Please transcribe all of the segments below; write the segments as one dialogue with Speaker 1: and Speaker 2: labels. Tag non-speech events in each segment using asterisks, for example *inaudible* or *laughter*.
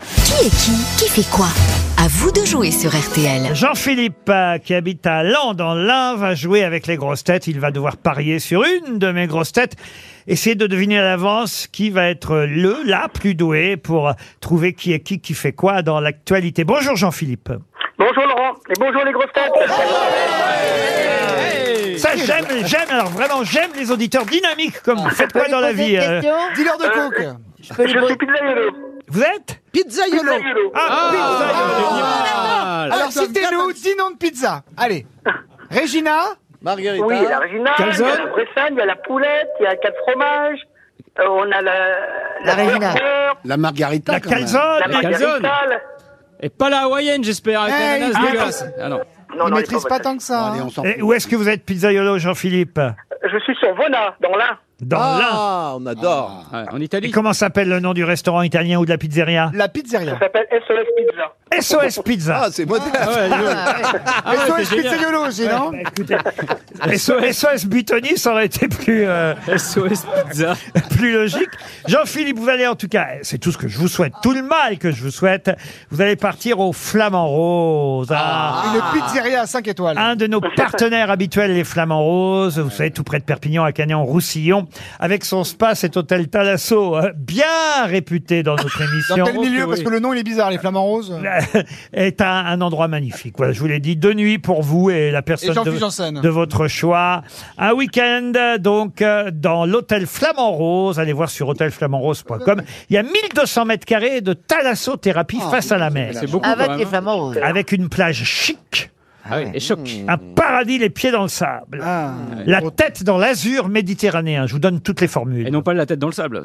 Speaker 1: Qui est qui Qui fait quoi À vous de jouer sur RTL.
Speaker 2: Jean-Philippe, euh, qui habite à Lan dans l'Ain, va jouer avec les grosses têtes. Il va devoir parier sur une de mes grosses têtes. Essayez de deviner à l'avance qui va être le, la plus doué pour trouver qui est qui, qui fait quoi dans l'actualité. Bonjour Jean-Philippe.
Speaker 3: Bonjour Laurent et bonjour les grosses têtes.
Speaker 2: Ça, j'aime, j'aime, alors vraiment, j'aime les auditeurs dynamiques comme vous. Faites quoi dans la vie euh,
Speaker 4: Dealer de coke.
Speaker 3: Je suis pizzaïolo.
Speaker 2: Vous êtes
Speaker 4: Pizza Yolo.
Speaker 3: Pizzaïolo.
Speaker 5: Ah.
Speaker 2: Ah,
Speaker 4: Alors euh, citez-nous 10 noms de pizza. Allez. Regina.
Speaker 6: Marguerite.
Speaker 3: Oui, il y a la régina, il y a la
Speaker 6: Calzone.
Speaker 3: bressagne, il y a la poulette, il y a quatre fromages. euh, on a la la,
Speaker 1: régina.
Speaker 3: burger,
Speaker 6: La margarita.
Speaker 2: La
Speaker 6: quand même.
Speaker 3: la
Speaker 2: calzone
Speaker 7: calzone.
Speaker 3: margarita. la-
Speaker 7: Et pas la hawaïenne, j'espère, avec
Speaker 4: Hey,
Speaker 7: l'ananas
Speaker 4: il
Speaker 7: dégueulasse. Ah non.
Speaker 3: Non,
Speaker 4: Il
Speaker 3: non, elle
Speaker 4: maîtrise
Speaker 3: est
Speaker 4: pas
Speaker 3: bonne.
Speaker 4: tant que ça.
Speaker 6: Allez,
Speaker 4: hein.
Speaker 6: on s'en
Speaker 2: Et où est-ce que vous êtes pizzaïolo, Jean-Philippe
Speaker 3: Je suis sur Vona, dans l'Ain.
Speaker 2: Dans l'Ain.
Speaker 5: Ah, on adore.
Speaker 7: Ouais, en
Speaker 2: Et
Speaker 7: Italie.
Speaker 2: comment s'appelle le nom du restaurant italien ou de la pizzeria
Speaker 4: La
Speaker 3: Ça
Speaker 4: pizzeria.
Speaker 3: s'appelle SOS Pizza.
Speaker 2: SOS Pizza.
Speaker 5: Ah, c'est moderne.
Speaker 7: Ah ouais, dis donc.
Speaker 4: Mais
Speaker 7: ouais,
Speaker 4: SOS
Speaker 7: c'est génial.
Speaker 4: Pizza Yolo aussi, non
Speaker 2: Bah, écoutez, SOS, SOS Butoni, ça aurait été plus, euh,
Speaker 7: SOS Pizza.
Speaker 2: plus logique. Jean-Philippe, vous allez en tout cas, c'est tout ce que je vous souhaite, tout le mal que je vous souhaite, vous allez partir au Flamand Rose. Ah.
Speaker 4: Une pizzeria à 5 étoiles.
Speaker 2: Un de nos partenaires habituels, les Flamands Roses, vous savez, tout près de Perpignan, à Cagnan-Roussillon, avec son spa, cet hôtel Thalasso, euh, bien réputé dans notre
Speaker 4: Dans
Speaker 2: émission.
Speaker 4: quel milieu
Speaker 7: oui.
Speaker 4: Parce que le nom il est bizarre, les flamants roses.
Speaker 2: *laughs* est un, un endroit magnifique. Voilà, je vous l'ai dit, deux nuits pour vous et la personne
Speaker 4: Et Jean-Philippe
Speaker 2: de,
Speaker 4: Janssen.
Speaker 2: de votre choix. Un week-end donc euh, dans l'hôtel Flamand Rose. Allez voir sur hôtelflamandrose.com. Il y a 1200 mètres carrés de thalassothérapie
Speaker 4: Ah,
Speaker 2: face à la mer,
Speaker 7: C'est beaucoup. quand
Speaker 8: Avec
Speaker 7: même,
Speaker 8: les
Speaker 7: hein.
Speaker 8: flamants roses.
Speaker 2: avec une plage chic.
Speaker 7: Ah oui, et choc.
Speaker 4: Mm-hmm.
Speaker 2: Un paradis, les pieds dans le sable.
Speaker 4: Ah,
Speaker 2: La tête dans l'azur méditerranéen. Je vous donne toutes les formules.
Speaker 7: Et non pas la tête dans le sable.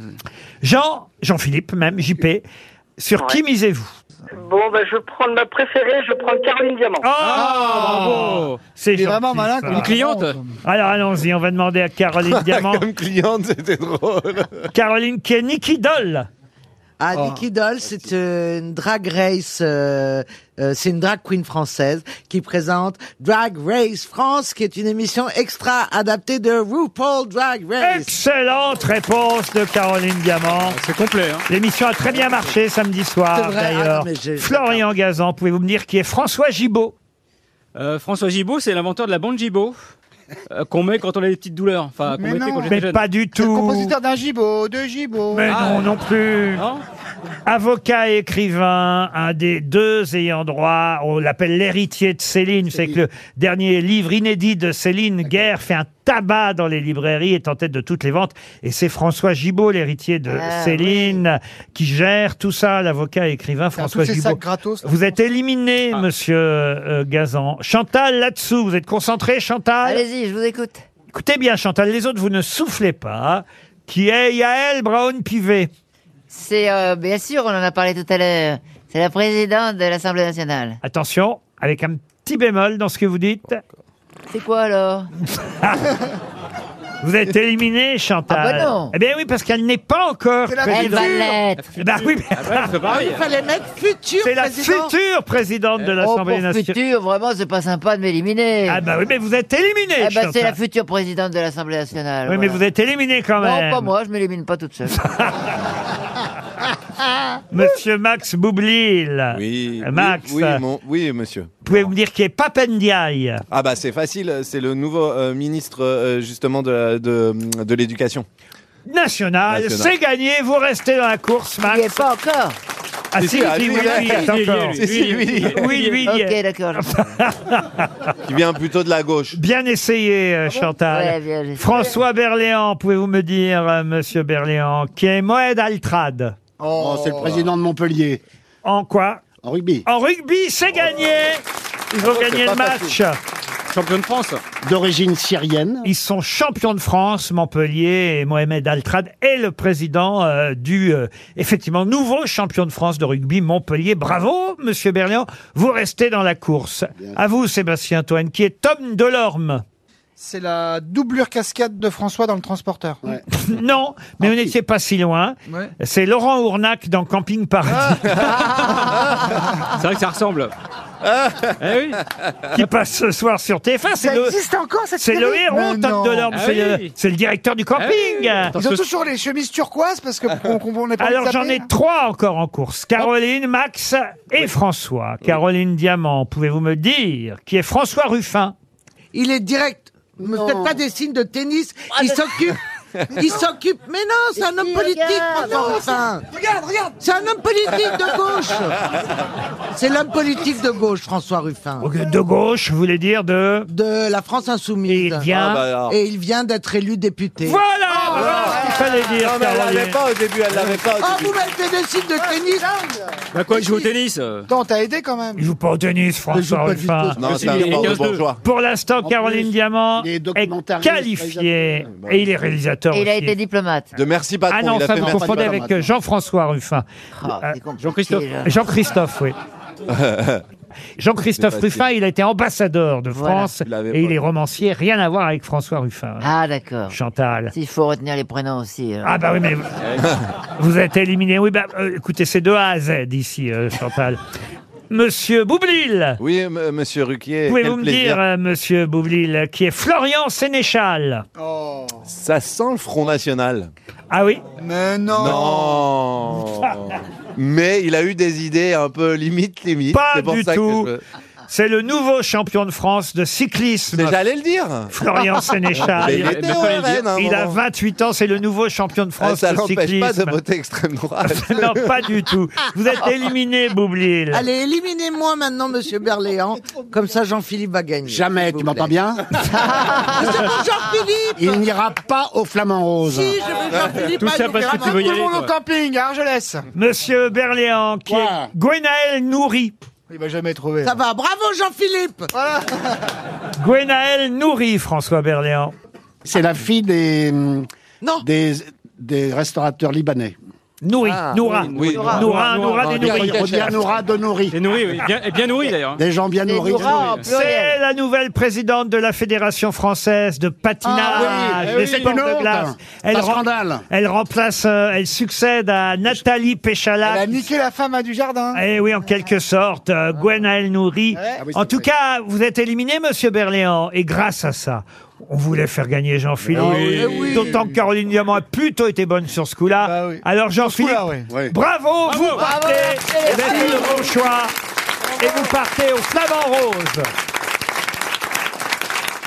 Speaker 2: Jean, Jean-Philippe même, JP, sur qui misez-vous
Speaker 3: Bon, ben, je vais prendre ma préférée, je vais prendre Caroline Diamant.
Speaker 2: Oh,
Speaker 7: Ah, bravo
Speaker 2: C'est
Speaker 4: Ah, Il est vraiment
Speaker 2: gentil,
Speaker 4: malin.
Speaker 2: ça.
Speaker 4: comme
Speaker 7: Une cliente
Speaker 2: Alors allons-y, on va demander à
Speaker 8: *laughs*
Speaker 2: Caroline Diamant.
Speaker 5: Comme cliente, c'était drôle.
Speaker 2: Caroline qui est Nick Idol.
Speaker 8: Ah,
Speaker 2: Oh.
Speaker 8: Nikki Doll, c'est euh, une drag race, euh, euh, c'est une drag queen française qui présente Drag Race France, qui est une émission extra adaptée de RuPaul Drag Race.
Speaker 2: Excellente réponse de Caroline Diamant.
Speaker 7: C'est complet, hein.
Speaker 2: L'émission a très bien marché samedi soir
Speaker 8: C'est vrai, ah non,
Speaker 2: d'ailleurs.
Speaker 8: mais j'ai-
Speaker 2: Florian Gazan, pouvez-vous me dire qui est François Gibaud
Speaker 7: Euh, François Gibault, c'est l'inventeur de la bande Gibault. euh, qu'on met quand on a des petites douleurs. Enfin, qu'on
Speaker 4: Mais
Speaker 7: mettait
Speaker 4: non.
Speaker 7: quand j'étais
Speaker 2: Mais
Speaker 7: jeune.
Speaker 2: pas du
Speaker 4: C'est le
Speaker 2: tout.
Speaker 4: compositeur d'un gibot, deux gibots.
Speaker 2: Mais
Speaker 7: Ah,
Speaker 2: non,
Speaker 7: ouais.
Speaker 2: non plus.
Speaker 7: Non
Speaker 2: Avocat et écrivain, un des deux ayant droit, on l'appelle l'héritier de Céline. C'est que le dernier livre inédit de Céline Guerre fait un tabac dans les librairies, est en tête de toutes les ventes. Et c'est François Gibault, l'héritier de
Speaker 8: Ah,
Speaker 2: Céline, qui gère tout ça, l'avocat et écrivain
Speaker 4: Tiens,
Speaker 2: François
Speaker 4: tous ces
Speaker 2: Gibault.
Speaker 4: sacs gratos. là.
Speaker 2: Vous êtes éliminé,
Speaker 8: Ah.
Speaker 2: monsieur euh, Gazan. Chantal, là-dessous, vous êtes concentré, Chantal
Speaker 8: Allez-y, je vous écoute.
Speaker 2: Écoutez bien, Chantal, les autres, vous ne soufflez pas. Qui est Yael Brown-Pivet
Speaker 8: C'est euh, bien sûr, on en a parlé tout à l'heure. C'est la présidente de l'Assemblée nationale.
Speaker 2: Attention, avec un petit bémol dans ce que vous dites.
Speaker 8: C'est quoi alors
Speaker 2: Vous êtes éliminé, Chantal.
Speaker 8: Ah bah non.
Speaker 2: Eh bien oui, parce qu'elle n'est pas encore
Speaker 4: C'est la
Speaker 8: Elle
Speaker 2: présidente.
Speaker 8: va l'être.
Speaker 2: Eh ben *laughs* oui, mais
Speaker 7: Ouais, c'est pareil.
Speaker 8: Il fallait mettre futur
Speaker 2: c'est la future présidente de
Speaker 8: bah Oh,
Speaker 2: l'Assemblée
Speaker 8: pour
Speaker 2: nationale.
Speaker 8: futur, vraiment, c'est pas sympa de m'éliminer.
Speaker 2: Ah bah oui, mais vous êtes éliminé,
Speaker 8: eh ben, c'est
Speaker 2: Chantal.
Speaker 8: la future présidente de l'Assemblée nationale.
Speaker 2: Oui, mais vous
Speaker 8: voilà.
Speaker 2: êtes éliminé quand même.
Speaker 8: Non, pas moi, je m'élimine pas toute seule.
Speaker 2: Monsieur Max Boublil.
Speaker 5: Oui.
Speaker 2: Max,
Speaker 5: Oui, mon- oui, monsieur.
Speaker 2: pouvez-vous me dire qui est Papendiaï
Speaker 5: Ah bah c'est facile, c'est le nouveau euh, ministre euh, justement de, la- de, de l'éducation.
Speaker 2: National,
Speaker 5: National.
Speaker 2: c'est gagné, vous restez dans la course,
Speaker 8: Il
Speaker 2: Max.
Speaker 8: n'y est pas encore.
Speaker 2: Ah
Speaker 5: Si,
Speaker 2: si,
Speaker 5: si, ah,
Speaker 2: oui,
Speaker 5: lui,
Speaker 2: oui,
Speaker 5: il est-
Speaker 2: oui, il est encore.
Speaker 5: C'est *laughs* lui, lui,
Speaker 2: Oui, lui, il y
Speaker 8: Ok,
Speaker 2: est.
Speaker 8: d'accord.
Speaker 5: qui vient plutôt de la gauche.
Speaker 2: Bien essayé, euh, Chantal.
Speaker 8: Ah Ouais, bien, j'ai-
Speaker 2: François Berléand, pouvez-vous me dire, euh, monsieur Berléand, qui est Moed Altrad
Speaker 5: Oh, c'est le
Speaker 6: Président de Montpellier.
Speaker 2: En quoi
Speaker 6: En rugby.
Speaker 2: En rugby, c'est gagné Ils ont gagné
Speaker 5: c'est
Speaker 2: le
Speaker 5: pas
Speaker 2: match
Speaker 7: Champion de France.
Speaker 6: D'origine syrienne.
Speaker 2: Ils sont champions de France, Montpellier, et Mohamed Altrad est le président euh, du, euh, effectivement, nouveau champion de France de rugby, Montpellier. Bravo, monsieur Berléand, vous restez dans la course. À vous, Sébastien Toine, qui est Tom Delorme
Speaker 4: C'est la doublure cascade de François dans le transporteur.
Speaker 2: Non, mais on n'était pas si loin.
Speaker 4: Ouais.
Speaker 2: C'est Laurent Ournac dans Camping Paradis.
Speaker 7: C'est vrai que ça ressemble. Eh oui.
Speaker 2: qui passe ce soir sur TF1. C'est
Speaker 4: Ça
Speaker 2: le,
Speaker 4: existe encore cette
Speaker 2: c'est le
Speaker 4: série
Speaker 2: héros,
Speaker 4: Mais
Speaker 2: Todd
Speaker 4: non.
Speaker 2: Delorme.
Speaker 7: Ah
Speaker 2: c'est, le,
Speaker 7: oui.
Speaker 2: c'est le directeur du camping.
Speaker 7: Ah oui.
Speaker 4: Ils ont
Speaker 7: Parce que-
Speaker 4: toujours les chemises turquoises parce que qu'on- qu'on- on n'est pas
Speaker 2: Alors
Speaker 4: les
Speaker 2: j'en ai
Speaker 4: taper.
Speaker 2: trois encore en course. Caroline, Max et François. Caroline Diamant, pouvez-vous me dire qui est François Ruffin
Speaker 8: Il est direct. Ne
Speaker 6: Non.
Speaker 8: faites pas des signes de tennis.
Speaker 4: Ah, *laughs*
Speaker 8: il s'occupe. Il s'occupe. Mais non, c'est un homme politique, François Ruffin.
Speaker 4: Regarde, regarde.
Speaker 8: C'est un homme politique de gauche. C'est l'homme politique de gauche, François Ruffin.
Speaker 2: De gauche, vous voulez dire de...
Speaker 8: De la France
Speaker 2: Et
Speaker 8: insoumise.
Speaker 2: il vient...
Speaker 5: Ah, bah, alors.
Speaker 8: Et il vient d'être élu député.
Speaker 2: Voilà, voilà ce qu'il fallait dire,
Speaker 5: Non, mais elle
Speaker 2: Caroline.
Speaker 5: l'avait pas au début, elle l'avait pas
Speaker 8: Ah,
Speaker 5: au
Speaker 8: vous
Speaker 5: début.
Speaker 8: mettez des signes de tennis
Speaker 7: Bah quoi, il joue au tennis. euh.
Speaker 4: Attends, t'as aidé quand même.
Speaker 2: Il joue pas au tennis, François
Speaker 8: pas du
Speaker 2: Ruffin.
Speaker 8: tout.
Speaker 5: Non,
Speaker 7: Aussi,
Speaker 5: c'est un
Speaker 7: il est
Speaker 5: sport de
Speaker 7: 15-2.
Speaker 5: bourgeois.
Speaker 2: Pour l'instant,
Speaker 6: plus,
Speaker 2: Caroline Diamant
Speaker 6: il est
Speaker 2: est,
Speaker 6: documentariste,
Speaker 2: qualifiée.
Speaker 6: réalisateur.
Speaker 2: Et il est réalisateur
Speaker 9: Et il a
Speaker 2: aussi.
Speaker 9: été diplomate.
Speaker 5: De Merci Patron,
Speaker 2: Ah non,
Speaker 5: il a
Speaker 2: ça
Speaker 5: fait
Speaker 2: vous
Speaker 5: Merci
Speaker 2: confondez
Speaker 5: Patron.
Speaker 2: avec euh, Jean-François Ruffin. Euh,
Speaker 7: Jean-Christophe.
Speaker 2: Jean-Christophe, oui. Jean-Christophe
Speaker 5: C'est facile.
Speaker 2: Ruffin, il a été ambassadeur de
Speaker 9: Voilà.
Speaker 2: France
Speaker 5: Il l'avait
Speaker 2: et
Speaker 5: pas.
Speaker 2: il est romancier. Rien à voir avec François Ruffin, hein,
Speaker 9: Ah, d'accord.
Speaker 2: Chantal.
Speaker 9: S'il faut retenir les prénoms aussi.
Speaker 8: hein.
Speaker 9: alors.
Speaker 2: Ah bah oui, mais vous- vous êtes éliminé. Oui, bah euh, écoutez, c'est de A à Z ici, euh, Chantal. Monsieur Boublil,
Speaker 5: Oui, m- monsieur Ruquier,
Speaker 2: pouvez-vous
Speaker 5: quel
Speaker 2: me dire,
Speaker 5: plaisir.
Speaker 2: euh, monsieur Boublil, qui est Florian Sénéchal
Speaker 5: Ça sent le Front National.
Speaker 2: Ah oui
Speaker 4: Mais non.
Speaker 5: Non *laughs* Mais il a eu des idées un peu limite, limite.
Speaker 2: Pas
Speaker 5: C'est pour
Speaker 2: du
Speaker 5: ça que
Speaker 2: tout.
Speaker 5: je-
Speaker 2: C'est le nouveau champion de France de cyclisme,
Speaker 5: Mais J'allais le dire. *laughs*
Speaker 2: Florian
Speaker 5: Mais Ah, il
Speaker 2: Sénéchal.
Speaker 5: était
Speaker 7: mais
Speaker 5: au
Speaker 7: fallait le
Speaker 5: RN à un
Speaker 2: Ah, Il a
Speaker 5: moment.
Speaker 2: 28 ans, c'est le nouveau champion de
Speaker 5: Ah,
Speaker 2: France
Speaker 5: Ça
Speaker 2: de
Speaker 5: l'empêche pas de
Speaker 2: cyclisme.
Speaker 5: voter extrême droite.
Speaker 2: *laughs* non, pas du tout. Vous êtes éliminé, Boublil.
Speaker 8: Allez, éliminez-moi maintenant, monsieur Berléand. Comme ça, Jean-Philippe va gagner.
Speaker 6: Jamais,
Speaker 8: s'il vous
Speaker 6: tu m'entends
Speaker 8: plaît.
Speaker 6: bien
Speaker 8: Justement, Jean-Philippe
Speaker 6: Il n'ira pas au Flamand Rose.
Speaker 8: Si, je veux Jean-Philippe
Speaker 7: Tout
Speaker 8: à
Speaker 7: ça parce que tu veux y
Speaker 4: Tout le
Speaker 7: aller.
Speaker 4: monde au
Speaker 7: toi.
Speaker 4: camping, à Argelès.
Speaker 2: Monsieur Berléand, qui
Speaker 6: Quoi
Speaker 2: est Gwenaël Nourri.
Speaker 4: Il va jamais trouver.
Speaker 8: Ça va, bravo Jean-Philippe
Speaker 2: Gwenaël Nourri, François Berléand.
Speaker 6: C'est la fille des, hum,
Speaker 8: Non,
Speaker 6: des, des restaurateurs libanais.
Speaker 2: Nourri, Noura.
Speaker 5: oui,
Speaker 2: Noura,
Speaker 5: Noura.
Speaker 2: Noura,
Speaker 7: Noura,
Speaker 2: des
Speaker 5: Noura.
Speaker 2: Nourris.
Speaker 5: Noura.
Speaker 6: Rodianoura de nourri.
Speaker 7: Et nourri, oui. Bien, et bien nourri d'ailleurs. hein.
Speaker 6: Des gens bien
Speaker 9: Les
Speaker 6: nourris.
Speaker 9: Noura en
Speaker 2: C'est
Speaker 9: pluriel.
Speaker 2: la nouvelle présidente de la Fédération française de patinage
Speaker 6: Ah oui, eh
Speaker 2: des
Speaker 6: oui,
Speaker 2: sports
Speaker 6: une
Speaker 2: de
Speaker 6: honte.
Speaker 2: glace. Elle,
Speaker 6: Un
Speaker 2: rem-
Speaker 6: scandale.
Speaker 2: elle remplace, euh, elle succède à Nathalie
Speaker 4: Elle
Speaker 2: Péchala.
Speaker 4: a niqué la femme à du jardin.
Speaker 2: Eh oui, en quelque sorte, euh, Gwenaël Nourri.
Speaker 4: Ouais. Ah
Speaker 6: oui,
Speaker 2: en
Speaker 6: c'est
Speaker 2: tout cas, vous êtes éliminé, monsieur Berléand, et grâce à ça, on voulait faire gagner Jean-Philippe.
Speaker 7: Eh oui.
Speaker 2: D'autant que Caroline Diamant a plutôt été bonne sur ce coup-là.
Speaker 4: Bah oui.
Speaker 2: Alors, Jean-Philippe,
Speaker 4: coup-là, oui.
Speaker 5: Ouais.
Speaker 2: bravo, vous partez. Vous êtes le bon choix. Et vous partez au Flamand Rose.